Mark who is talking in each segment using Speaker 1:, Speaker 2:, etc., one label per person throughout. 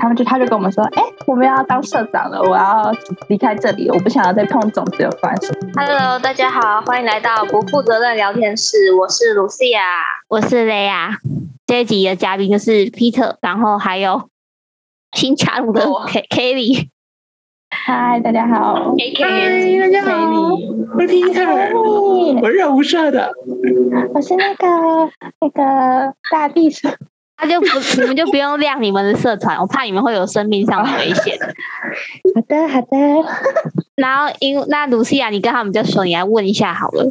Speaker 1: 他们就他就跟我们说，哎、我们要当社长了，我要离开这里，我不想要再碰种子有关系。
Speaker 2: Hello，大家好，欢迎来到不负责任聊天室，我是卢西亚。
Speaker 3: 我是雷亚。这一集的嘉宾就是 Peter，然后还有新加入的
Speaker 2: 我
Speaker 3: K Kelly。
Speaker 1: 嗨，大家好，
Speaker 2: A K
Speaker 4: 大家
Speaker 1: 陪
Speaker 4: 好，
Speaker 1: 你。
Speaker 4: 我是 Peter，我是无赦的。
Speaker 1: 我是那个那个大地上，
Speaker 3: 他就不， 你们就不用亮你们的社团，我怕你们会有生命上的危险。
Speaker 1: 好的好的，
Speaker 3: 然后因那卢西亚，你跟他们比较熟，你来问一下好了。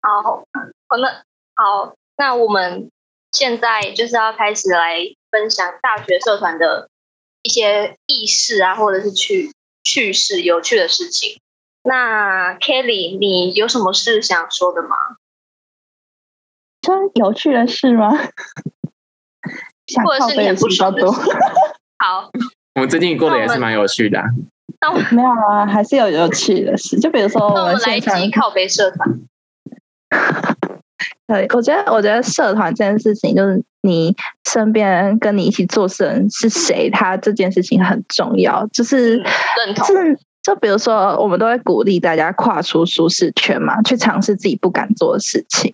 Speaker 2: 好，好那好，那我们现在就是要开始来分享大学社团的一些轶事啊，或者是趣趣事、有趣的事情。那 Kelly，你有什么事想说的吗？
Speaker 1: 说有趣的事 吗？想
Speaker 2: 或者
Speaker 1: 靠
Speaker 2: 是
Speaker 1: 背
Speaker 2: 你
Speaker 1: 的
Speaker 2: 很
Speaker 1: 事
Speaker 2: 不
Speaker 1: 比较
Speaker 2: 爽的
Speaker 1: 多
Speaker 2: 事，？好，
Speaker 4: 我们最近过得也是蛮有趣的啊、
Speaker 1: 没有啊，还是有有趣的事，就比如说
Speaker 2: 那
Speaker 1: 哦我
Speaker 2: 我们
Speaker 1: 们
Speaker 2: 来一
Speaker 1: 线上
Speaker 2: 集靠北社团。
Speaker 1: 对，我觉得，我觉得社团这件事情，就是你身边跟你一起做事的人是谁，他这件事情很重要。就是，
Speaker 2: 嗯认同，
Speaker 1: 是，就比如说，我们都会鼓励大家跨出舒适圈嘛，去尝试自己不敢做的事情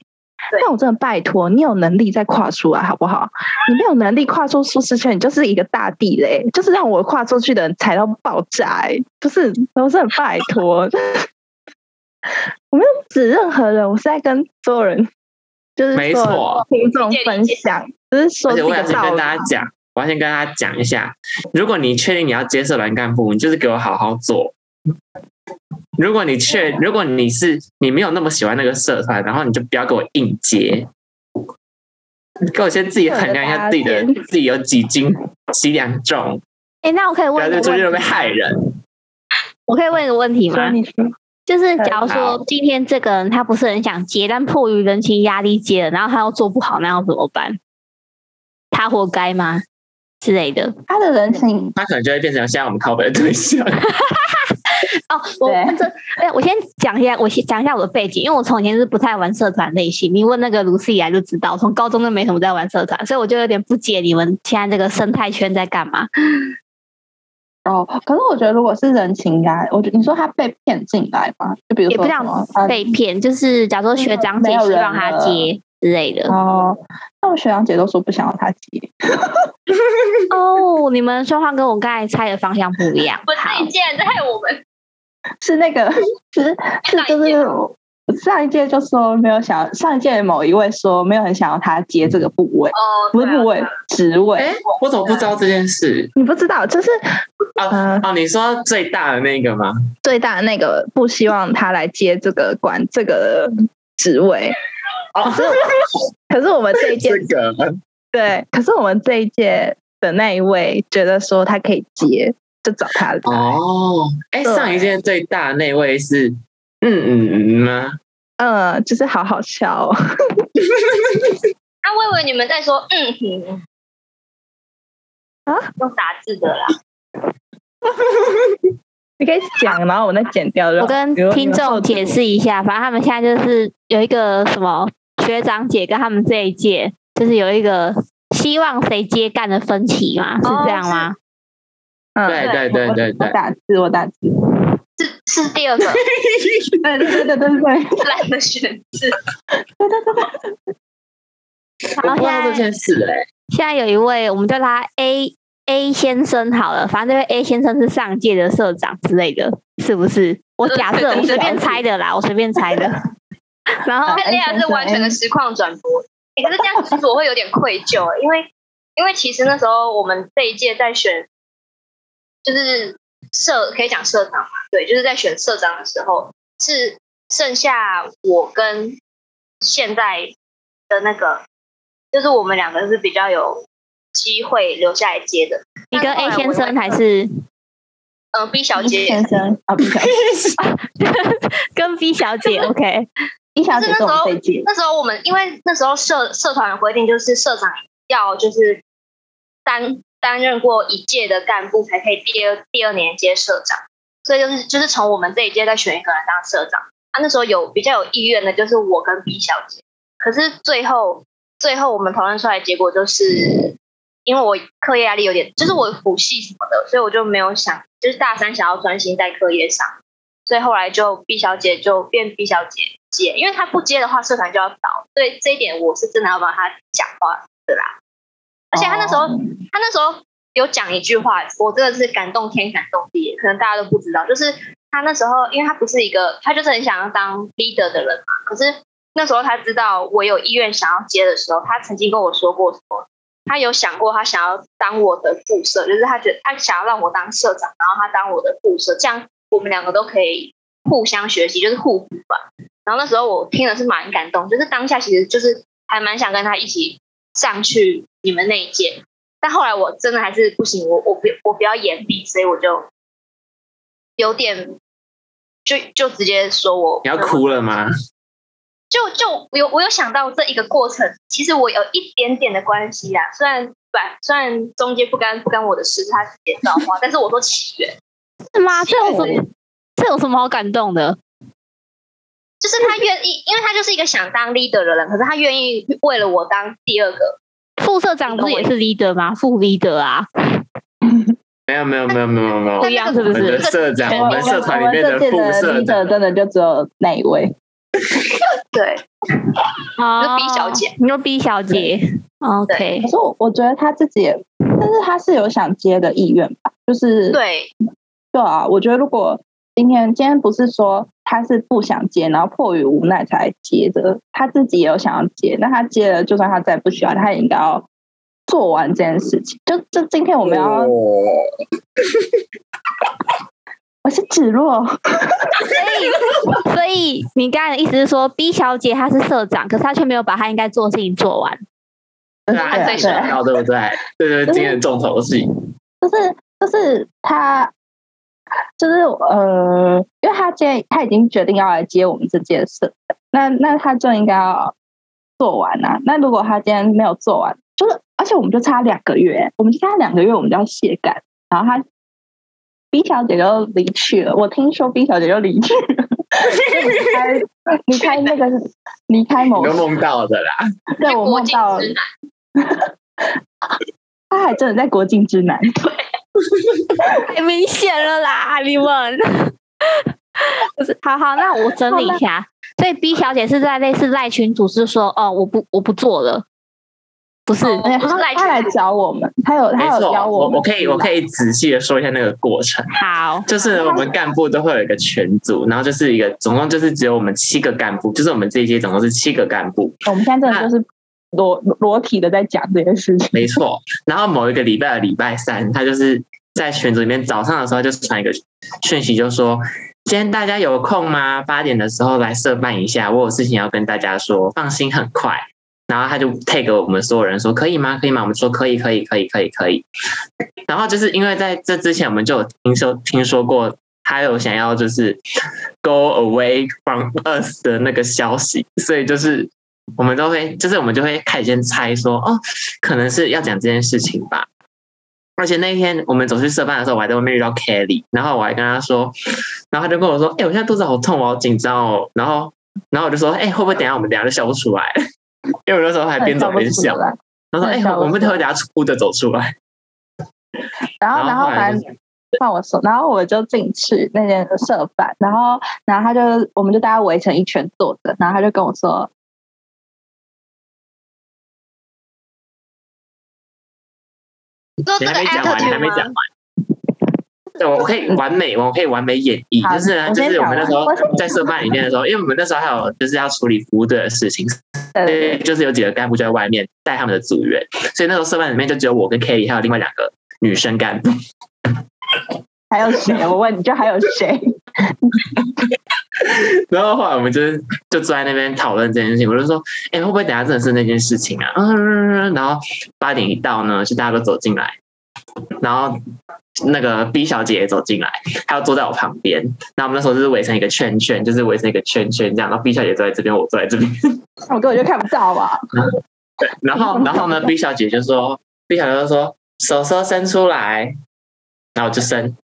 Speaker 2: 对。
Speaker 1: 但我真的拜托，你有能力再跨出来好不好？你没有能力跨出舒适圈，你就是一个大地雷，就是让我跨出去的人踩到爆炸、欸。不是，我是很拜托， 我没有指任何人，我是在跟所有人，就是
Speaker 4: 没
Speaker 1: 所有
Speaker 4: 错
Speaker 1: 听众分享，只是说
Speaker 4: 而且
Speaker 1: 这
Speaker 4: 我
Speaker 1: 个
Speaker 4: 要先
Speaker 1: 道
Speaker 4: 跟
Speaker 1: 理。啊
Speaker 4: 大家讲，我要先跟大家讲一下，如果你确定你要接社团干部，你就是给我好好做。如果你确，如果你是你没有那么喜欢那个社团，然后你就不要给我硬接，你给我先自己衡量一下自己的
Speaker 1: 我的
Speaker 4: 自己有几斤几两重，
Speaker 3: 哎，那我可以
Speaker 4: 不
Speaker 3: 问
Speaker 4: 要
Speaker 3: 一
Speaker 4: 再
Speaker 3: 个
Speaker 4: 出去
Speaker 3: 问
Speaker 4: 会
Speaker 3: 题
Speaker 4: 被
Speaker 3: 吗
Speaker 4: 害人。
Speaker 3: 我可以问一个问题
Speaker 1: 所
Speaker 3: 吗
Speaker 1: 以？你说
Speaker 3: 就是假如说
Speaker 4: 好
Speaker 3: 今天这个人他不是很想接，但迫于人情压力接了，然后他又做不好，那要怎么办？他活该吗？之类的
Speaker 1: 他的人情
Speaker 4: 他可能就会变成现在我们靠北的 对象。
Speaker 3: 哦，我
Speaker 1: 对
Speaker 3: 问这，哎，我先讲一下，我先讲一下我的背景，因为我从前是不太玩社团类型，你问那个卢思以来就知道，我从高中就没什么在玩社团，所以我就有点不解你们现在这个生态圈在干嘛。
Speaker 1: 哦，可是我觉得如果是人情压力，我觉得你说他被骗进来嘛，就比如
Speaker 3: 也不
Speaker 1: 说
Speaker 3: 叫
Speaker 1: 什么他
Speaker 3: 被骗，就是假如说学长姐
Speaker 1: 嗯没有
Speaker 3: 希
Speaker 1: 人
Speaker 3: 望他
Speaker 1: 了
Speaker 3: 接之类的。
Speaker 1: 哦，那我学长姐都说不想要他接，
Speaker 3: 哦，你们状况跟我刚才猜的方向不一样。
Speaker 2: 不是你竟然在害我们，
Speaker 1: 是那个是是就
Speaker 2: 上一届
Speaker 1: 是我上一届就说没有想上一届的某一位说没有很想要他接这个部位，
Speaker 2: 哦，
Speaker 1: 不是
Speaker 2: 对啊
Speaker 1: 部位职位，
Speaker 4: 哎、我怎么不知道这件事？
Speaker 1: 你不知道，就是
Speaker 4: 哦
Speaker 1: 呃
Speaker 4: 哦，你说最大的那个吗？
Speaker 1: 最大的那个不希望他来接这个管这个职位，
Speaker 4: 哦，
Speaker 1: 可是我们 这一届
Speaker 4: 这个
Speaker 1: 对，可是我们这一届的那一位觉得说他可以接，就找他来。
Speaker 4: 哦，哎、
Speaker 1: 对
Speaker 4: 上一届最大的那位是嗯嗯嗯吗？
Speaker 1: 嗯，就是好好笑、哦。
Speaker 2: 啊，我以为你们在说嗯哼
Speaker 1: 啊，
Speaker 2: 用打字的啦。
Speaker 1: 你可以讲，然后我再剪掉就好。
Speaker 3: 我跟
Speaker 1: 比如
Speaker 3: 听众解，释一下，反正他们现在就是有一个什么学长姐跟他们这一届，就是有一个希望谁接干的分歧嘛，是这样吗？
Speaker 1: 你们有
Speaker 4: 对
Speaker 1: 后置
Speaker 4: 对对
Speaker 1: 嗯，
Speaker 4: 对
Speaker 1: 我
Speaker 4: 对
Speaker 1: 我，打字，我打字。
Speaker 2: 是是第 二个
Speaker 1: 对对对对对对对
Speaker 2: 懒得选字，
Speaker 1: 对对。
Speaker 4: 我
Speaker 3: 然后
Speaker 4: 不知
Speaker 3: 现
Speaker 4: 道这
Speaker 3: 在
Speaker 4: 件事哎、
Speaker 3: 现在有一位，我们叫他 A A 先生好了，反正这位 A 先生是上届的社长之类的，是不是？我假设我随便猜的啦，我随便猜的。 然后
Speaker 1: 啊
Speaker 2: 那俩是完全的实况转播。欸可是这样其实我会有点愧疚，因为因为其实那时候我们这一届在选，就是社可以讲社长嘛，对，就是在选社长的时候是剩下我跟现在的那个，就是我们两个是比较有机会留下来接的。
Speaker 3: 你跟
Speaker 2: 但后来
Speaker 3: A 先
Speaker 2: 我
Speaker 3: 生
Speaker 2: 有
Speaker 3: 还是
Speaker 2: 呃 B 小
Speaker 1: 一
Speaker 2: 姐
Speaker 1: 先生啊，不是
Speaker 3: 跟 B 小姐？OK，
Speaker 1: 一小姐
Speaker 2: 就是那时
Speaker 1: 跟
Speaker 2: 候
Speaker 1: 我们这一届，
Speaker 2: 那时候我们因为那时候社社团的规定就是社长要就是担担任过一届的干部才可以第二第二年接社长，所以就是就是从我们这一届再选一个人当社长。他、那时候有比较有意愿的就是我跟 B 小姐，可是最后最后我们讨论出来的结果就是因为我课业压力有点，就是我补习什么的，所以我就没有想，就是大三想要专心在课业上，所以后来就 B 小姐就变 B 小姐接，因为她不接的话，社团就要倒，所以这一点我是真的要帮她讲话的啦。而且她那时候，她那时候有讲一句话，我真的是感动天感动地，可能大家都不知道，就是她那时候，因为她不是一个，她就是很想要当 leader 的人嘛，可是。那时候他知道我有意愿想要接的时候，他曾经跟我说过什么？他有想过他想要当我的副社，就是他觉得他想要让我当社长，然后他当我的副社，这样我们两个都可以互相学习，就是互补吧。然后那时候我听了是蛮感动，就是当下其实就是还蛮想跟他一起上去你们那一届，但后来我真的还是不行，我我不我不要演你，所以我就有点就就直接说我
Speaker 4: 你要哭了吗？
Speaker 2: 就就我有我有想到这一个过程，其实我有一点点的关系啦。虽然反虽然中间不干不干我的事，他直接造化，但是我说起源，
Speaker 3: 是吗？这有
Speaker 2: 我
Speaker 3: 什么？这有什么好感动的？
Speaker 2: 就是他愿意，因为他就是一个想当 leader 的人，可是他愿意为了我当第二个。
Speaker 3: 副社长不是也是 leader 吗？副 leader 啊，
Speaker 4: 没有没有没有没有没有
Speaker 3: 不
Speaker 2: 那，
Speaker 3: 一样是不
Speaker 4: 我们的
Speaker 3: 是？
Speaker 4: 社长，啊我们社团里面的
Speaker 1: 我们这
Speaker 4: 副
Speaker 1: 届
Speaker 4: 社长
Speaker 1: leader，真的就只有那一位，
Speaker 2: 对，
Speaker 3: 啊
Speaker 2: 我是 B 小姐，
Speaker 3: 你说 B 小姐，OK，
Speaker 1: 可是我我觉得他自己也，但是他是有想接的意愿吧，就是
Speaker 2: 对，
Speaker 1: 对啊，我觉得如果今天今天不是说他是不想接，然后迫于无奈才接的，他自己也有想要接，那他接了，就算他再不喜欢，他也应该要做完这件事情。就就今天我们要，
Speaker 4: 哦
Speaker 1: 我是芷若，
Speaker 3: 所以所以你刚才的意思是说，B 小姐她是社长，可是她却没有把她应该做的事情做完。
Speaker 4: 对
Speaker 1: 对
Speaker 4: 啊，
Speaker 1: 啊
Speaker 4: 还在
Speaker 1: 对啊
Speaker 4: 学校对不对？对对，
Speaker 1: 就是
Speaker 4: 今天的重头戏，
Speaker 1: 就是就是他，就是呃，因为他今天他已经决定要来接我们这届的社，那那他就应该要做完啊。那如果他今天没有做完，就是而且我们就差两个月，我们就差两个月我们就要卸岗，然后他 B 小姐就离去了。我听说 B 小姐就离去了。 离开离开那个离开某
Speaker 4: 你都梦到的啦。
Speaker 1: 对我
Speaker 2: 国
Speaker 1: 梦
Speaker 2: 境
Speaker 1: 到了
Speaker 2: 之南，
Speaker 1: 他还真的在国境之南，
Speaker 3: 太明显了啦，你们。 不是，好好，那我整理一下。所以 B 小姐是在类似赖群组是说，哦，我不我不做了，不是？
Speaker 2: 哦
Speaker 1: 而且
Speaker 2: 不是
Speaker 1: 哎他
Speaker 2: 来
Speaker 1: 他来找我们，他有
Speaker 4: 没
Speaker 1: 他有
Speaker 4: 错
Speaker 1: 教，
Speaker 4: 我
Speaker 1: 们
Speaker 4: 我可以我可以仔细的说一下那个过程，
Speaker 3: 好，
Speaker 4: 就是我们干部都会有一个群组，然后就是一个总共就是只有我们七个干部，就是我们这一届总共是七个干部，
Speaker 1: 我们现在真的就是裸裸体的在讲这件事情。
Speaker 4: 没错。然后某一个礼拜的礼拜三，他就是在群组里面早上的时候就传一个讯息，就说今天大家有空吗？八点的时候来社办一下，我有事情要跟大家说，放心，很快。然后他就 take 我们所有人说可以吗？可以吗？我们说可以，可以，可以，可以，可以。然后就是因为在这之前，我们就有听说听说过他有想要就是 go away from us 的那个消息，所以就是我们都会，就是我们就会开始先猜说，哦，可能是要讲这件事情吧。而且那一天我们走去社办的时候，我还在外面遇到 Kelly，然后我还跟他说，然后他就跟我说，哎、我现在肚子好痛，我好紧张哦。然后，然后我就说，哎、会不会等一下我们等一下就笑不出来？ 因为我那时候还边走边笑。他说：“哎、
Speaker 1: 真的笑
Speaker 4: 我们
Speaker 1: 不
Speaker 4: 会
Speaker 1: 出
Speaker 4: 等一下哭着走出来。
Speaker 1: 然后，
Speaker 4: 然
Speaker 1: 然
Speaker 4: 后
Speaker 1: 后
Speaker 4: 后来
Speaker 1: 反正换我说，然后我就进去那间社办，然后，然后他就我们就大家围成一圈坐着，然后他就跟我说，
Speaker 2: 说这
Speaker 4: 你
Speaker 2: 个
Speaker 4: 还没讲完，你还没
Speaker 2: attitude
Speaker 4: 讲完
Speaker 2: 吗？。
Speaker 4: 对，我可以完美，哦我可以完美演绎。
Speaker 1: 好
Speaker 4: 就是呢，
Speaker 1: 我
Speaker 4: 就
Speaker 1: 先
Speaker 4: 是我们那时候
Speaker 1: 讲完我先
Speaker 4: 在社办里面的时候，因为我们那时候还有就是要处理服务队的事情，
Speaker 1: 呃，
Speaker 4: 所以就是有几个干部就在外面带他们的组员，所以那时候社办里面就只有我跟 Kelly 还有另外两个女生干部。
Speaker 1: 还有谁？我问你就还有谁？
Speaker 4: 然后后来我们就是就坐在那边讨论这件事情，我就说，哎、会不会等一下真的是那件事情啊？嗯，然后八点一到呢，就大家都走进来，然后那个 B 小姐也走进来，她要坐在我旁边。那我们那时候就是围成一个圈圈，就是围成一个圈圈这样，然后 B 小姐坐在这边，我坐在这边。
Speaker 1: 我根本就看不到吧？
Speaker 4: 然后，然后呢，B 小姐就说，B 小姐就说手手伸出来，然后我就伸，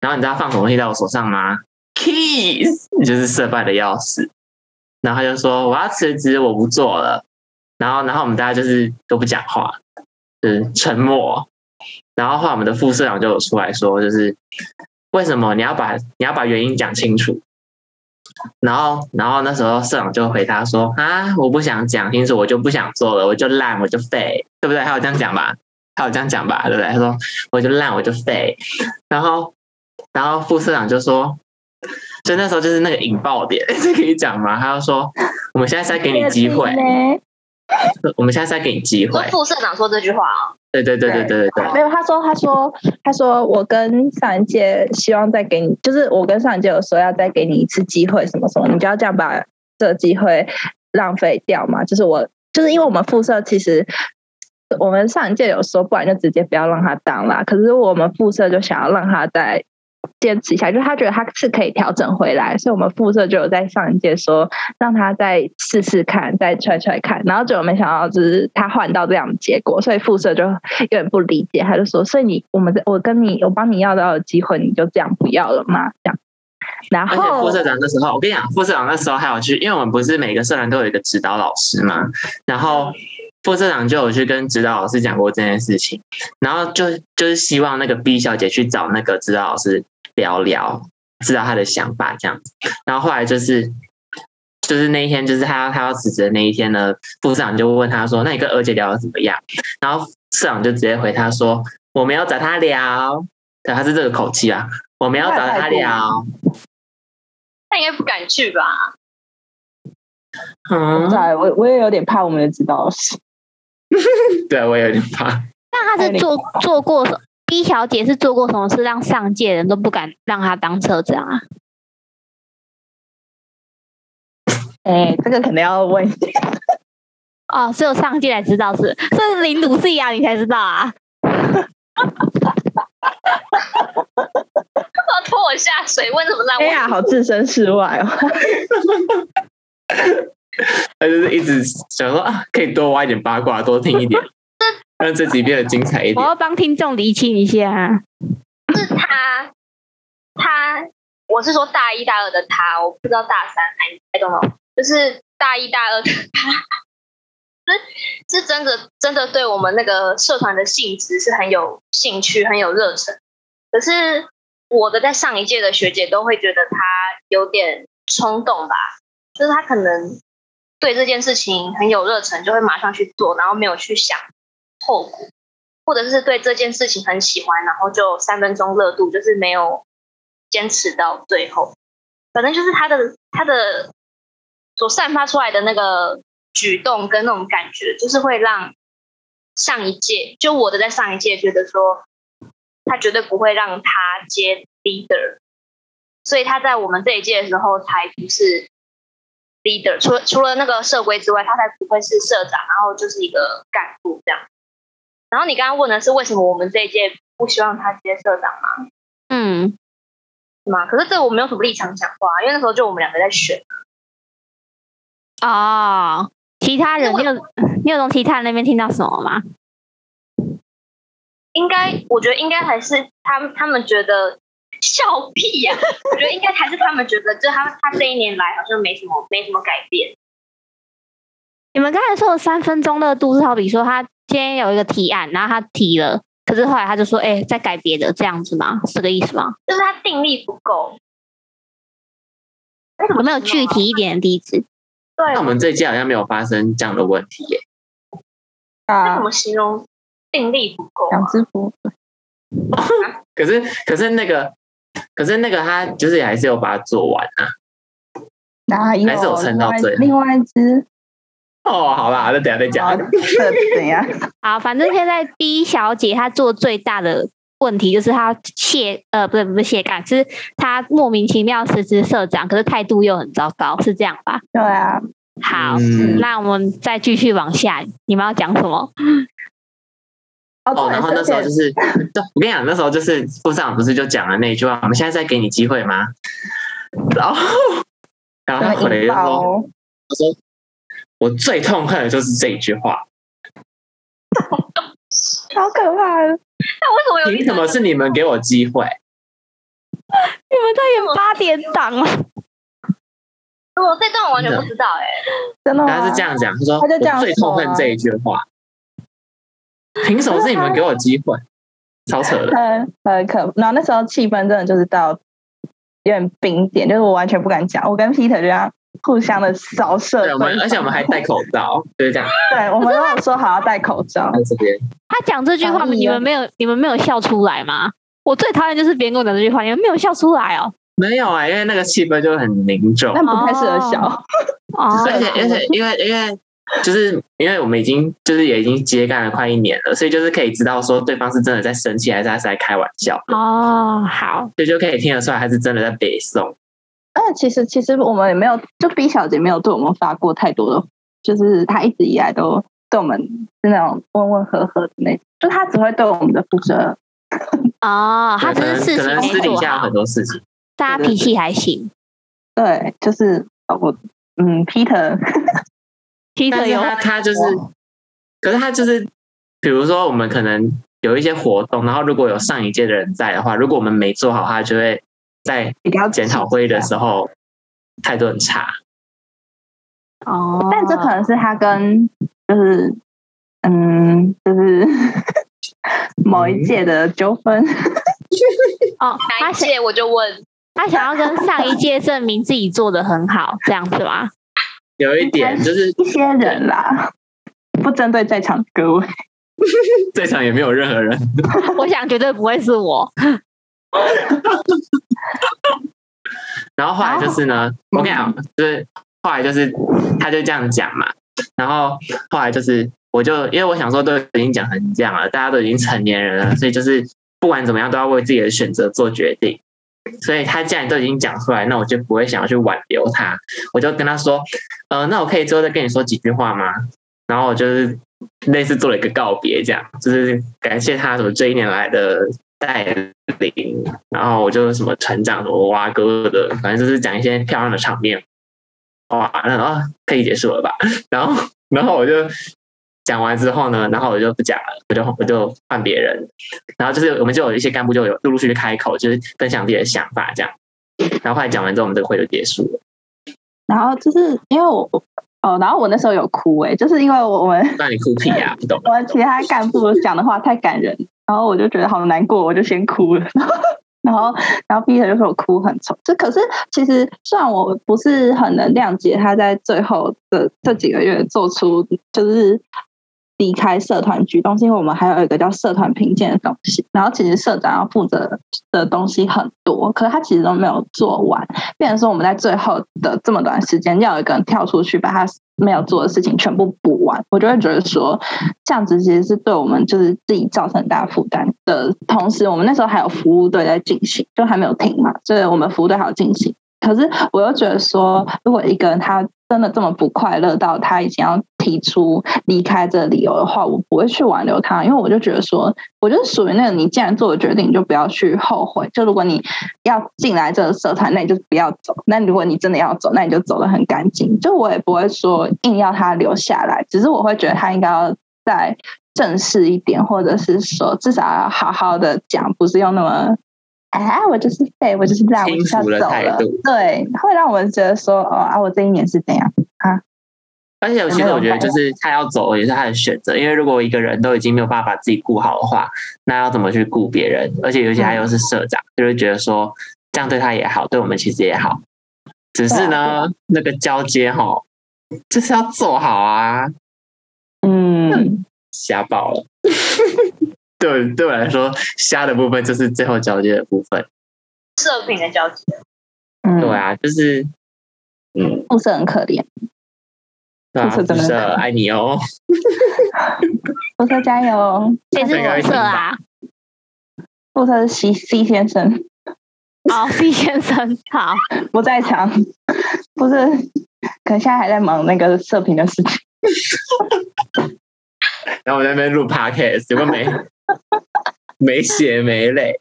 Speaker 4: 然后你知道放什么东西在我手上吗？Keys，就是社办的钥匙。然后她就说我要辞职，我不做了。然后，然后我们大家就是都不讲话，就是沉默。然后后来我们的副社长就有出来说，就是为什么你要把你要把原因讲清楚。然后，然后那时候社长就回答说：“啊，我不想讲清楚，我就不想做了，我就烂，我就废，对不对？还有这样讲吧，还有这样讲吧，对不对？”他说：“我就烂，我就废。”然后，然后副社长就说：“就那时候就是那个引爆点， 这可以讲吗？”他就说：“我们现在是在给你机会，我们现在是在给你机
Speaker 2: 说
Speaker 4: 会。
Speaker 2: 副社长说这句话啊，”
Speaker 4: 对对对对对对对，
Speaker 1: 没有，他说，他说，他说，我跟上一届希望再给你，就是我跟上一届有说要再给你一次机会，什么什么，你就要这样把这个机会浪费掉嘛。就是我，就是因为我们副社其实我们上一届有说，不然就直接不要让他当啦。可是我们副社就想要让他再坚持一下，就是他觉得他是可以调整回来，所以我们副社就有在上一届说，让他再试试看，再踹踹看，然后结果没想到就是他换到这样的结果，所以副社就有点不理解，他就说：“所以你我们在我跟你我帮你要到的机会，你就这样不要了吗？”这样，然
Speaker 4: 而且
Speaker 1: 后
Speaker 4: 副社长那时候，我跟你讲，副社长那时候还有去，因为我们不是每个社团都有一个指导老师嘛，然后副社长就有去跟指导老师讲过这件事情，然后就就是希望那个 B 小姐去找那个指导老师聊聊，知道她的想法这样子。然后后来就是就是那一天，就是她她要辞职的那一天呢，副社长就问她说：“那你跟娥姐聊的怎么样？”然后社长就直接回她说：“我没有找她聊。”对，他是这个口气啊，我没有找她聊。
Speaker 2: 他应该不敢去吧？
Speaker 4: 嗯，
Speaker 1: 在我我也有点怕我们的指导老师，
Speaker 4: 对啊我也有点怕。
Speaker 3: 那他
Speaker 1: 还有
Speaker 3: 是
Speaker 1: 你
Speaker 3: 做做过什 B 小姐是做过什么事让上届人都不敢让她当车长啊？
Speaker 1: 哎，这个肯定要问一下。
Speaker 3: 哦，只有上届才知道是是林鲁士啊，你才知道啊？
Speaker 2: 要拖我下水，问什么烂
Speaker 1: 哎
Speaker 2: 问
Speaker 1: 呀，好置身事外哦。
Speaker 4: 他就是一直想说啊，可以多挖一点八卦，多听一点，让自己变得精彩一
Speaker 3: 我
Speaker 4: 点。
Speaker 3: 要帮听众厘清一下、啊。
Speaker 2: 是他，他，我是说大一大二的他，我不知道大三，I I don't know，就是大一大二的他，是是真的真的对我们那个社团的性质是很有兴趣，很有热忱。可是我的在上一届的学姐都会觉得他有点冲动吧，就是他可能对这件事情很有热忱，就会马上去做，然后没有去想后果。或者是对这件事情很喜欢，然后就三分钟热度，就是没有坚持到最后。反正就是他的他的所散发出来的那个举动跟那种感觉，就是会让上一届就我的在上一届觉得说，他绝对不会让他接 leader，所以他在我们这一届的时候才不是 leader，除了除了那个社规之外，他才不会是社长，然后就是一个干部这样。然后你刚刚问的是为什么我们这一届不希望他接社长嘛？
Speaker 3: 嗯，
Speaker 2: 是吗？可是这我没有什么立场讲话，啊因为那时候就我们两个在选。
Speaker 3: 哦，其他人
Speaker 2: 因
Speaker 3: 你
Speaker 2: 为
Speaker 3: 有你有从其他人那边听到什么吗？
Speaker 2: 应该，我觉得应该还是他们他们觉得笑屁呀、我觉得应该还是他们觉得，就他他这一年来好像没什么没什么改变。
Speaker 3: 你们刚才说的三分钟热度是好比说他今天有一个提案，然后他提了，可是后来他就说，哎、再改别的这样子吗？是这个意思吗？
Speaker 2: 就是他定力不够。那怎么
Speaker 3: 有没有具体一点的例子？
Speaker 2: 对
Speaker 4: 那我们这一届好像没有发生这样的问题耶。
Speaker 2: 那
Speaker 1: 啊
Speaker 2: 怎，么形容定力不够啊、
Speaker 1: 两只服
Speaker 4: 可是可是那个，可是那个他就是也还是有把它做完啊。
Speaker 1: 哪有？
Speaker 4: 还是有撑到最后
Speaker 1: 另外一只，
Speaker 4: 哦，好啦，那等一下再
Speaker 1: 好
Speaker 4: 讲。
Speaker 1: 这怎样？
Speaker 3: 好，反正现在 B 小姐她做最大的问题就是她卸呃，不对不是卸干，是她莫名其妙辞职社长，可是态度又很糟糕，是这样吧？
Speaker 1: 对啊，
Speaker 3: 好，
Speaker 4: 嗯
Speaker 3: 那我们再继续往下，你们要讲什么？
Speaker 1: 哦，
Speaker 4: 哦，
Speaker 1: 对
Speaker 4: 然后那时候
Speaker 1: 而
Speaker 4: 就
Speaker 1: 且
Speaker 4: 是，对我跟你讲，那时候就是副社长不是就讲了那一句话，我们现在在给你机会吗？然后，然后他
Speaker 1: 什么
Speaker 4: 回
Speaker 1: 引
Speaker 4: 了
Speaker 1: 爆
Speaker 4: 说，
Speaker 1: 哦
Speaker 4: 他说我最痛恨的就是这一句话。
Speaker 1: 好可怕的！
Speaker 2: 那为什么有
Speaker 4: 凭什么是你们给我机会？
Speaker 3: 你们在演八点档 啊？
Speaker 2: 我这段我完全不知道哎、
Speaker 1: 真的吗？
Speaker 4: 哦他是这样讲，他说
Speaker 1: 他就这样
Speaker 4: 我最痛
Speaker 1: 说啊
Speaker 4: 恨这一句话。凭什么是你们给我机会？超扯的，
Speaker 1: 很很可，然后那时候气氛真的就是到有点冰点，就是我完全不敢讲，我跟 Peter 就这样互相的扫射
Speaker 4: 对，我们
Speaker 1: 对
Speaker 4: 而且我们还戴口罩，就是这样，
Speaker 1: 对，我们都有说好要戴口罩
Speaker 4: 在，这边
Speaker 3: 他讲这句话，
Speaker 1: 防疫
Speaker 3: 你
Speaker 1: 啊
Speaker 3: 们没有你们没有笑出来吗？我最讨厌就是别人跟我讲这句话，你们没有笑出来哦。
Speaker 4: 没有啊，因为那个气氛就很凝重，
Speaker 1: 但不太适合笑。
Speaker 3: 哦，
Speaker 4: 而且而且因为因为就是因为我们已经就是也已经接干了快一年了，所以就是可以知道说对方是真的在生气，还是他是在开玩笑，
Speaker 3: 哦，好，
Speaker 4: 所以就可以听得出来他是真的在北
Speaker 3: 哦
Speaker 4: 宋。
Speaker 1: 但其实其实我们也没有，就 B 小姐没有对我们发过太多的，就是她一直以来都对我们是那种温温和和的那种，就她只会对我们的负责。
Speaker 3: 哦，他只
Speaker 4: 对可
Speaker 3: 是
Speaker 4: 能
Speaker 3: 事
Speaker 4: 可
Speaker 3: 情
Speaker 4: 能
Speaker 3: 没
Speaker 4: 私底
Speaker 3: 做
Speaker 4: 下有
Speaker 3: 好
Speaker 4: 很，多事情，
Speaker 3: 大家脾气还行。
Speaker 1: 对，就是呃我嗯，Peter
Speaker 3: 皮特
Speaker 4: 但是
Speaker 3: 有
Speaker 4: 他他就是，可是他就是，比如说我们可能有一些活动，然后如果有上一届的人在的话，如果我们没做好，他就会在
Speaker 1: 比较
Speaker 4: 检讨会议的时候态度很差。
Speaker 3: 哦，
Speaker 1: 但这可能是他跟就是嗯，就是 某一届的纠纷。
Speaker 3: 哦，
Speaker 2: 哪
Speaker 3: 他
Speaker 2: 一
Speaker 3: 想
Speaker 2: 届我就问，
Speaker 3: 他想要跟上一届证明自己做的很好，这样子吗？
Speaker 4: 有一点就是
Speaker 1: 一些人啦，不针对在场各位。
Speaker 4: 在场也没有任何人，
Speaker 3: 我想绝对不会是我。
Speaker 4: 然后后来就是呢，
Speaker 1: 哦
Speaker 4: 我跟你讲，就是后来就是他就这样讲嘛，然后后来就是我就因为我想说都已经讲成这样了，大家都已经成年人了，所以就是不管怎么样都要为自己的选择做决定。所以他既然都已经讲出来，那我就不会想要去挽留他。我就跟他说，呃，那我可以之后再跟你说几句话吗？然后我就是类似做了一个告别，这样就是感谢他什么这一年来的带领，然后我就什么船长什么挖哥的，反正就是讲一些漂亮的场面。哇，那啊可以结束了吧？ 然后然后我就讲完之后呢，然后我就不讲了，我就我就换别人。然后就是我们就有一些干部就有陆陆续续开口，就是分享自己的想法这样。然后后来讲完之后，我们这个会就结束了。
Speaker 1: 然后就是因为我哦，然后我那时候有哭诶、就是因为我们。
Speaker 4: 那你哭屁呀、不懂
Speaker 1: 我们其他干部讲的话太感人，然后我就觉得好难过，我就先哭了。 然后，然后 Peter 就说我哭很丑，这可是其实虽然我不是很能谅解他在最后的这几个月做出就是离开社团举动，是因为我们还有一个叫社团评鉴的东西，然后其实社长要负责的东西很多，可是他其实都没有做完，变成说我们在最后的这么短时间，要有一个人跳出去把他没有做的事情全部补完，我就会觉得说，这样子其实是对我们就是自己造成很大负担的同时，我们那时候还有服务队在进行，就还没有停嘛，所以我们服务队还有进行。可是我又觉得说，如果一个人他真的这么不快乐到他已经要提出离开这个理由的话，我不会去挽留他，因为我就觉得说，我就是属于那个你既然做了决定，你就不要去后悔。就如果你要进来这个社团，那你就不要走。那如果你真的要走，那你就走得很干净。就我也不会说硬要他留下来，只是我会觉得他应该要再正式一点，或者是说至少要好好的讲，不是用那么。哎，我就是废，我就是烂，我就是要
Speaker 4: 轻浮的
Speaker 1: 走
Speaker 4: 态
Speaker 1: 了
Speaker 4: 度。
Speaker 1: 对，会让我们觉得说，哦啊，我这一年是怎样？
Speaker 4: 而且其实我觉得，就是他要走也是他的选择，因为如果一个人都已经没有办法把自己顾好的话，那要怎么去顾别人？而且尤其他
Speaker 1: 嗯
Speaker 4: 又是社长，就会觉得说这样对他也好，对我们其实也好。只是
Speaker 1: 对
Speaker 4: 呢
Speaker 1: 啊，
Speaker 4: 那个交接哈，就是要做好啊，
Speaker 1: 嗯，
Speaker 4: 瞎爆 了。对对我来说，瞎的部分就是最后交接的部分。
Speaker 2: 社品的交集，
Speaker 1: 嗯
Speaker 4: 对，啊，就是嗯，
Speaker 1: 故事很可怜，
Speaker 4: 对啊，
Speaker 1: 不是
Speaker 4: 不
Speaker 1: 真的
Speaker 4: 是爱你哦。
Speaker 1: 副社加油，
Speaker 3: 谁是我社啊？
Speaker 1: 副社是 C C 先生
Speaker 3: 哦，C 先生，好，
Speaker 1: 不在场， 不是，可能现在还在忙那个射频的事情。
Speaker 4: 然后我在那边录 podcast，有 个没没血没泪。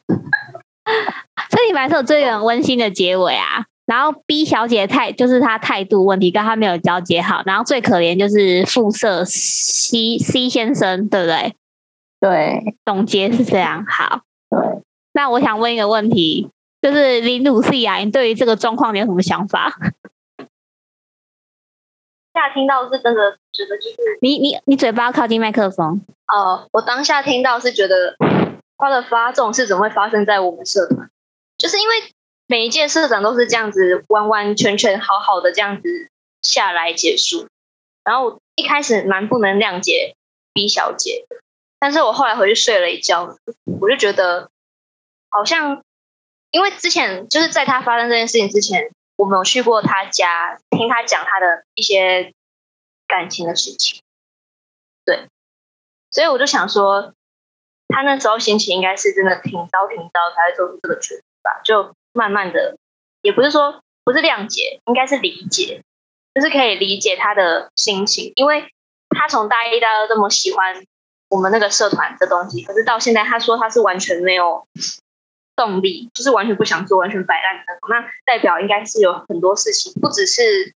Speaker 3: 这里白是有最很温馨的结尾啊。然后 B 小姐态就是她态度问题，跟她没有交接好。然后最可怜就是副社 C C 先生，对不对？
Speaker 1: 对，
Speaker 3: 总结是这样。好，
Speaker 1: 对，
Speaker 3: 那我想问一个问题，就是林鲁西亚，你对于这个状况你有什么想法？
Speaker 2: 下听到是真的觉得就是
Speaker 3: 你你你嘴巴要靠近麦克风，
Speaker 2: 呃，我当下听到是觉得，他的发这种事怎么会发生在我们社团？就是因为每一届社长都是这样子弯弯圈圈、好好的这样子下来结束。然后我一开始蛮不能谅解 B 小姐的，但是我后来回去睡了一觉，我就觉得好像，因为之前就是在她发生这件事情之前，我们有去过她家，听她讲她的一些感情的事情。所以我就想说，他那时候心情应该是真的挺糟挺糟，才会做出这个决定吧。就慢慢的，也不是说不是谅解，应该是理解，就是可以理解他的心情，因为他从大一、大二这么喜欢我们那个社团的东西，可是到现在他说他是完全没有动力，就是完全不想做，完全摆烂的那种。那代表应该是有很多事情，不只是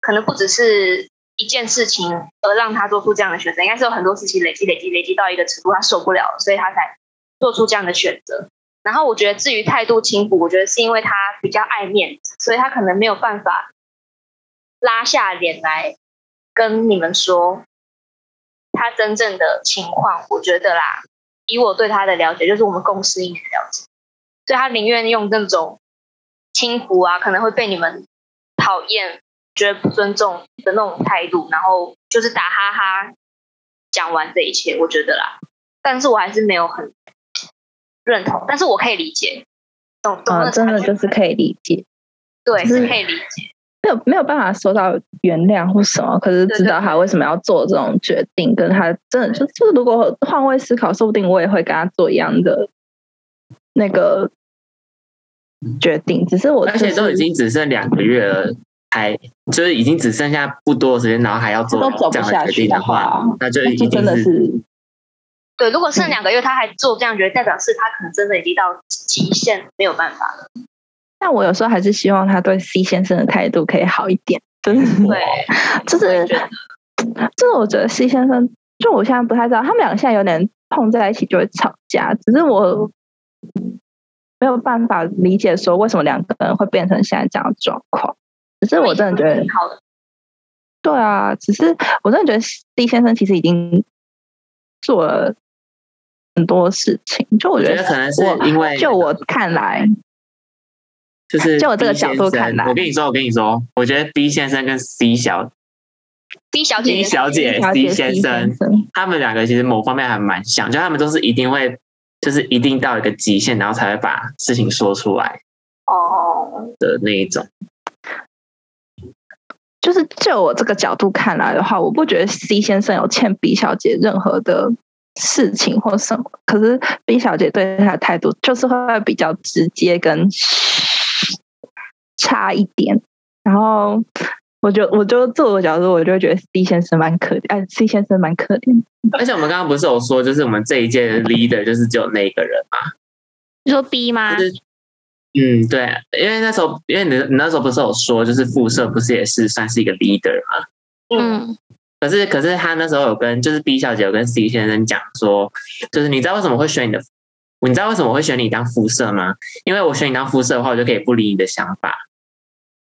Speaker 2: 可能不只是一件事情而让他做出这样的选择，应该是有很多事情累积、累积、累积到一个程度，他受不了了，所以他才做出这样的选择。然后我觉得，至于态度轻浮，我觉得是因为他比较爱面子，所以他可能没有办法拉下脸来跟你们说他真正的情况。我觉得啦，以我对他的了解，就是我们共事一年的了解，所以他宁愿用那种轻浮啊，可能会被你们讨厌觉得不尊重的那种态度，然后就是打哈哈讲完这一切，我觉得啦，但是我还是没有很认同，但是我可以理解，懂懂
Speaker 1: 啊，
Speaker 2: 了、
Speaker 1: 真的就是可以理解，
Speaker 2: 对，
Speaker 1: 就是
Speaker 2: 是可以理解，
Speaker 1: 没有没有办法说到原谅或什么，可是知道他为什么要做这种决定，跟他真的就就是如果换位思考，说不定我也会跟他做一样的那个决定，只是我、
Speaker 4: 而
Speaker 1: 就是、
Speaker 4: 且都已经只剩两个月了，还就是已经只剩下不多的时间，然后还要做
Speaker 1: 都走
Speaker 4: 这
Speaker 1: 不
Speaker 4: 样
Speaker 1: 下
Speaker 4: 决
Speaker 1: 去
Speaker 4: 定的
Speaker 1: 话
Speaker 4: 话，，那就
Speaker 1: 那
Speaker 4: 一
Speaker 1: 就真
Speaker 4: 定
Speaker 1: 的是
Speaker 2: 对。如果剩两个月他还做这样觉得，代表是他可能真的已经到极限，没有办法了。
Speaker 1: 但我有时候还是希望他对 C 先生的态度可以好一点，真的，
Speaker 2: 对，
Speaker 1: 就
Speaker 2: 我
Speaker 1: 是
Speaker 2: 也觉得
Speaker 1: 就是我觉得 C 先生，就我现在不太知道，他们俩现在有点碰在一起就会吵架，只是我没有办法理解说为什么两个人会变成现在这样的状况。只是我真的觉得
Speaker 2: 挺，好的，
Speaker 1: 对啊，只是我真的觉得 C 先生其实已经做了很多事情，就我
Speaker 4: 我
Speaker 1: 觉
Speaker 4: 觉
Speaker 1: 得
Speaker 4: 得可能是
Speaker 1: 我
Speaker 4: 因为
Speaker 1: 就我看来，
Speaker 4: 就是
Speaker 1: 就我这个
Speaker 4: B
Speaker 1: 角度看
Speaker 4: 先生
Speaker 1: 来
Speaker 4: 我跟你说，我跟你说，我觉得 B 先生跟 C 小
Speaker 2: B 小姐
Speaker 4: B
Speaker 2: 也是
Speaker 4: 小姐
Speaker 1: 了
Speaker 4: C
Speaker 1: 解
Speaker 4: 先
Speaker 1: C
Speaker 4: 生
Speaker 1: 先，生，
Speaker 4: 他们两个其实某方面还蛮像，就他们都是一定会，就是一定到一个极限，然后才会把事情说出来
Speaker 2: 哦，
Speaker 4: 的那一种。
Speaker 1: 就是就我这个角度看来的话，我不觉得 C 先生有欠 B 小姐任何的事情或什么。可是 B 小姐对他的态度就是会比较直接跟差一点，然后我就我就自我角度，我就会觉得 C 先生蛮可怜，哎，C 先生蛮可怜。
Speaker 4: 而且我们刚刚不是有说，就是我们这一届的 leader 就是只有那一个人嘛，
Speaker 3: 你说 B 吗
Speaker 4: 就？是嗯，对，因为那时候，因为你你那时候不是有说，就是副社不是也是算是一个 leader 嘛，
Speaker 2: 嗯，
Speaker 3: 嗯，
Speaker 4: 可是可是他那时候有跟就是 B 小姐有跟 C 先生讲说，就是你知道为什么会选你的，你知道为什么会选你当副社吗？因为我选你当副社的话，我就可以不理你的想法。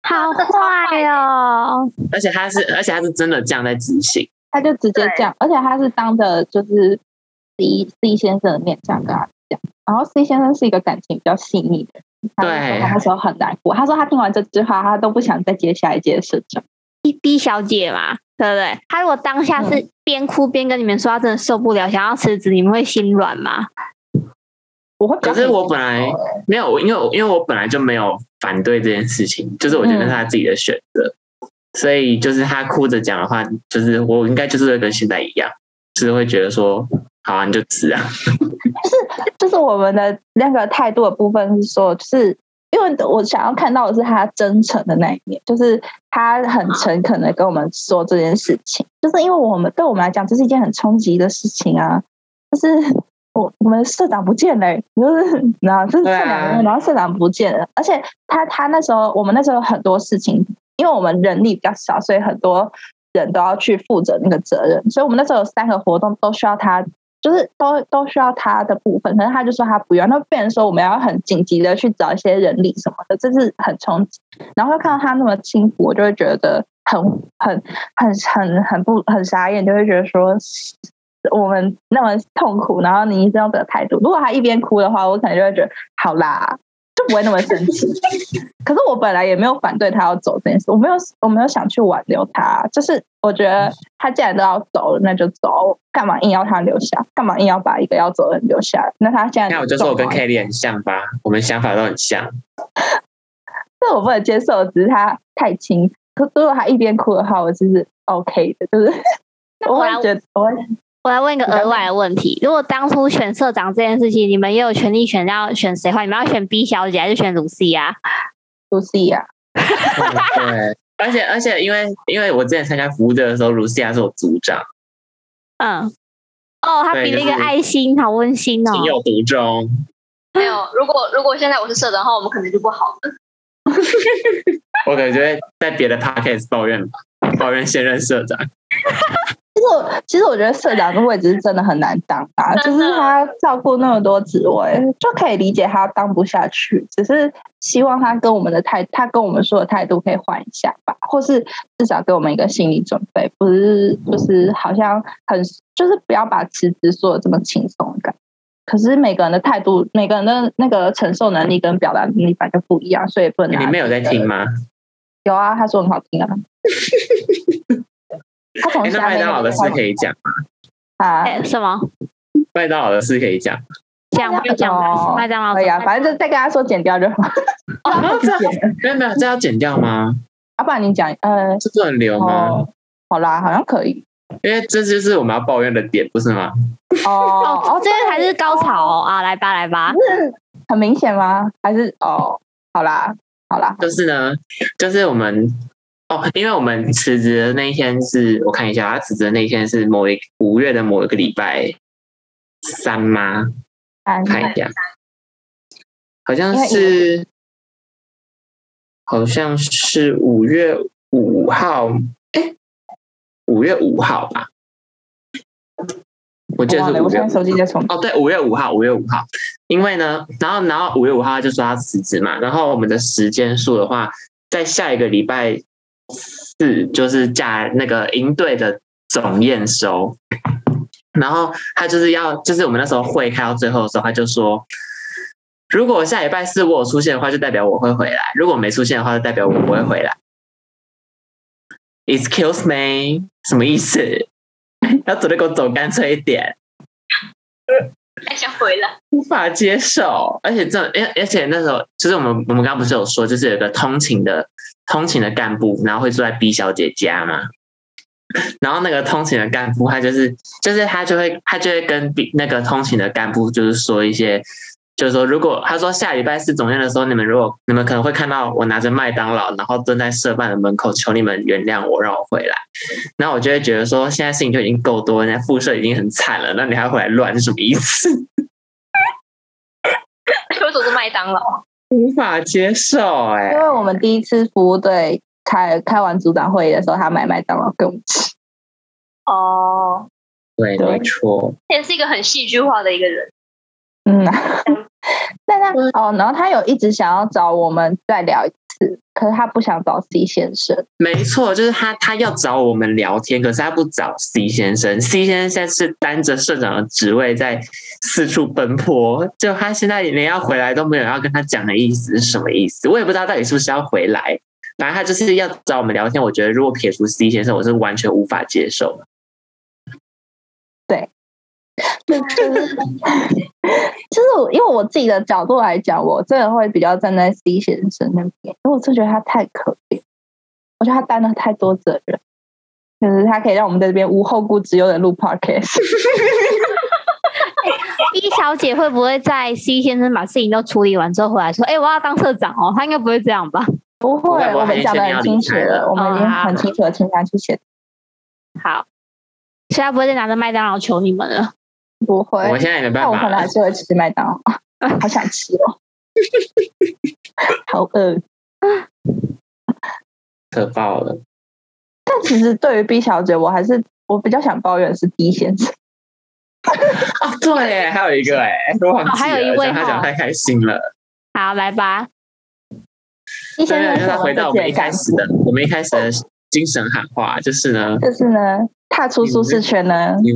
Speaker 3: 好坏哦，
Speaker 4: 而且他是，而且他是真的这样在执行。
Speaker 1: 他就直接
Speaker 2: 对
Speaker 1: 这样，而且他是当着就是 C C 先生的面这样跟他讲。然后 C 先生是一个感情比较细腻的人，他就
Speaker 4: 对
Speaker 1: 说他那时候很难过。他说他听完这句话，他都不想再接下一届的社长。
Speaker 3: B 小姐嘛，对不对？她如果当下是边哭边跟你们说她真的受不了，想要辞职，你们会心软吗？
Speaker 1: 我会比较欸
Speaker 4: 可是我本
Speaker 1: 黑
Speaker 4: 来
Speaker 1: 心
Speaker 4: 没有，因为我因为我本来就没有反对这件事情，就是我觉
Speaker 1: 嗯
Speaker 4: 得是他自己的选择，所以就是他哭着讲的话，就是我应该就是会跟现在一样，就是会觉得说，好啊，你就吃啊。
Speaker 1: 就是我们的那个态度的部分是说，就是因为我想要看到的是他真诚的那一面，就是他很
Speaker 4: 啊
Speaker 1: 诚恳的跟我们说这件事情，就是因为我们对我们来讲，这是一件很冲击的事情啊，就是。我我们的社长不见了、就是然后就是这
Speaker 4: 对啊
Speaker 1: 两个月，然后社长不见了，而且他他那时候我们那时候有很多事情，因为我们人力比较少，所以很多人都要去负责那个责任，所以我们那时候有三个活动都需要他就是都都需要他的部分，可是他就说他不要，那变成说我们要很紧急的去找一些人力什么的，这是很冲击。然后看到他那么轻浮，我就会觉得很很很很很不很傻眼，就会觉得说我们那么痛苦，然后你一直用这个态度。如果他一边哭的话，我可能就会觉得好啦，就不会那么生气。 可是我本来也没有反对他要走这件事，我没有我没有想去挽留他，就是我觉得他既然都要走了，那就走，干嘛硬要他留下？干嘛硬要把一个要走的人留下？那他现在
Speaker 4: 那我就说我跟
Speaker 1: 走了欸
Speaker 4: Kelly 很像吧，我们想法都很 像。
Speaker 1: 这我不能接受，只是他太轻。可如果他一边哭的话，我就是 OK 的，就是 我
Speaker 3: 我来
Speaker 1: 会觉得我会
Speaker 3: 我来问一个额外的问题：如果当初选社长这件事情，你们也有权利选要选谁的话，你们要选 B 小姐还是选露西啊？
Speaker 1: 不啊是呀，哦
Speaker 4: 对，而且而且因为因为我之前参加服务队的时候，卢西亚是我组长，
Speaker 1: 哦
Speaker 3: 嗯，哦，他
Speaker 4: 对
Speaker 3: 比了一个
Speaker 4: 就是
Speaker 3: 爱心，好温馨哦。
Speaker 4: 情有独钟。
Speaker 2: 没有，如果如果现在我是社长的话，我们可能就不好 了。
Speaker 4: 我感觉在别的 podcast 抱怨吧，抱怨现任社长。
Speaker 1: 其实我其实我觉得社长的位置是真的很难当吧，就
Speaker 2: 真的
Speaker 1: 是他照顾那么多职位，就可以理解他当不下去，只是希望他跟我们的态，他跟我们说的态度可以换一下吧，或是至少给我们一个心理准备，不是就是好像很就是不要把辞职说的这么轻松的感觉。可是每个人的态度，每个人的那个承受能力跟表达能力本来就不一样，所以不能拿
Speaker 4: 哎你们有在
Speaker 1: 自己的
Speaker 4: 听吗？
Speaker 1: 有啊，他说很好听 啊。他从
Speaker 4: 哎，那
Speaker 1: 下
Speaker 4: 麦
Speaker 1: 面
Speaker 4: 当劳的事可以讲，
Speaker 1: 啊，
Speaker 3: 哎、什么？
Speaker 4: 麦当劳的事可以讲。
Speaker 3: 讲吧讲吧，
Speaker 1: 哦
Speaker 3: 麦当劳。
Speaker 1: 可以啊，反正就再跟他说剪 掉就好。
Speaker 4: 啊，这
Speaker 1: 剪了
Speaker 4: 没有没有，这要剪掉吗？
Speaker 1: 啊，不然你讲，呃，
Speaker 4: 是不能留吗？
Speaker 1: 哦，好啦，好像可以。
Speaker 4: 因为这就是我们要抱怨的点，不是吗？
Speaker 1: 哦
Speaker 3: 哦
Speaker 1: 哦，，
Speaker 3: 这个才是高潮哦啊！来吧来吧，
Speaker 1: 很明显吗？还是哦，好啦，好啦，
Speaker 4: 就是呢，就是我们哦，因为我们辞职的那一天是我看一下，他辞职的那一天是某一五月的某一个礼拜三吗？
Speaker 1: 安
Speaker 4: 看一下，好像
Speaker 1: 因为
Speaker 4: 是好像是五月五号，哎、五月五号吧，我记
Speaker 1: 我忘
Speaker 4: 得是
Speaker 1: 了，
Speaker 4: 五
Speaker 1: 我
Speaker 4: 月
Speaker 1: 现
Speaker 4: 5
Speaker 1: 在手机在充。
Speaker 4: 哦，对，五月五号，五月五号，因为呢，然后然后五月五号他就说他辞职嘛，然后我们的时间数的话，在下一个礼拜四就是假那个营队的总验收，然后他就是要就是我们那时候会开到最后的时候，他就说。如果下礼拜四我有出现的话，就代表我会回来；如果没出现的话，就代表我不会回来。Excuse me，什么意思？ 要走就给我走干脆一点。
Speaker 2: 太想回来，
Speaker 4: 无法接受，而且这而而且那时候就是我们我们刚刚不是有说，就是有一个通勤的通勤的干部，然后会住在 B 小姐家嘛。然后那个通勤的干部，他就是就是他就会他就会跟 B 那个通勤的干部就是说一些，就是说如果他说下礼拜四总院的时候，你们如果你们可能会看到我拿着麦当劳，然后蹲在社办的门口，求你们原谅我，让我回来。然后我就会觉得说，现在事情就已经够多，人家副社已经很惨了，那你还回来乱是什么意思？
Speaker 2: 我走是麦当劳，
Speaker 4: 无法接受哎、
Speaker 1: 因为我们第一次服务队开开完组长会议的时候，他买麦当劳给我们吃。
Speaker 2: 哦，
Speaker 4: 对，没错，
Speaker 2: 也是一个很戏剧化的一个人，
Speaker 1: 嗯、啊，但他
Speaker 3: 嗯
Speaker 1: 哦，然后他有一直想要找我们再聊一次，可是他不想找 C 先生。
Speaker 4: 没错，就是他，他要找我们聊天，可是他不找 C 先生，C 先生现在是担着社长的职位在四处奔波，就他现在连要回来都没有要跟他讲的意思是什么意思？我也不知道到底是不是要回来，反正他就是要找我们聊天。我觉得如果撇除 C 先生，我是完全无法接受的。
Speaker 1: 对，就是，其实我因为我自己的角度来讲，我真的会比较站在 C 先生那边，因为我真的觉得他太可怜，我觉得他担了太多责任，就是他可以让我们在这边无后顾之忧的录 podcast。
Speaker 3: B 小姐会不会在 C 先生把事情都处理完之后回来说：“哎、我要当社长哦？”她应该不会这样 吧？
Speaker 1: 不会
Speaker 4: 会，
Speaker 1: 我
Speaker 4: 我还
Speaker 1: 们讲
Speaker 4: 以
Speaker 1: 的
Speaker 4: 为你要
Speaker 1: 很
Speaker 4: 离
Speaker 1: 清楚
Speaker 4: 开
Speaker 1: 了
Speaker 4: 了，
Speaker 1: 我们已经很清楚的听下去写，
Speaker 3: 好，所以她不会再拿着麦当劳求你们了。
Speaker 1: 不会。
Speaker 4: 我现在也没办
Speaker 1: 但我
Speaker 4: 法
Speaker 1: 可能
Speaker 4: 了
Speaker 1: 还，是会吃麦当劳，好想吃哦， 好饿。
Speaker 4: 可爆了。
Speaker 1: 但其实对于 B 小姐，我还是我比较想抱怨的是 D 先生。
Speaker 4: 哦，对耶，还有一个哎，都忘记了，
Speaker 3: 哦还有一位
Speaker 4: 讲他
Speaker 3: 哦
Speaker 4: 讲太开心了。
Speaker 3: 好，来吧，
Speaker 1: 一
Speaker 4: 对
Speaker 1: 先
Speaker 4: 啊，
Speaker 1: 生
Speaker 4: 就是他回到我们一开始的，我们一开始的精神喊话，就是呢，嗯
Speaker 1: 就是呢，踏出舒适圈呢，
Speaker 4: 你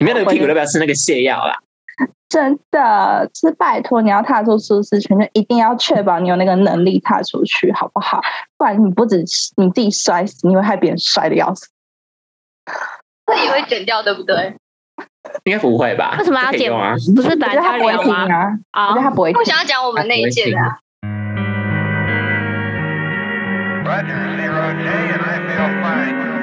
Speaker 4: 你们那个屁股要不要吃那个泻药啦？
Speaker 1: 真的是拜托你要踏出舒适圈，就一定要确保你有那个能力踏出去，好不好？不然你不止你自己摔死，你会害别人摔的要死。
Speaker 2: 自己会剪掉，对不对？
Speaker 4: 应该不会吧？
Speaker 3: 为什么要
Speaker 4: 这可以
Speaker 3: 剪
Speaker 4: 用啊？
Speaker 3: 不是本
Speaker 1: 我
Speaker 3: 来就
Speaker 1: 觉得他
Speaker 3: 要
Speaker 1: 不会
Speaker 3: 聊
Speaker 1: 听
Speaker 3: 吗？
Speaker 1: 啊，
Speaker 3: 啊
Speaker 1: 我觉得，他不会
Speaker 2: 我
Speaker 1: 听。
Speaker 2: 想要讲我们那一届的、啊，
Speaker 5: Roger, zero J, and I feel fine.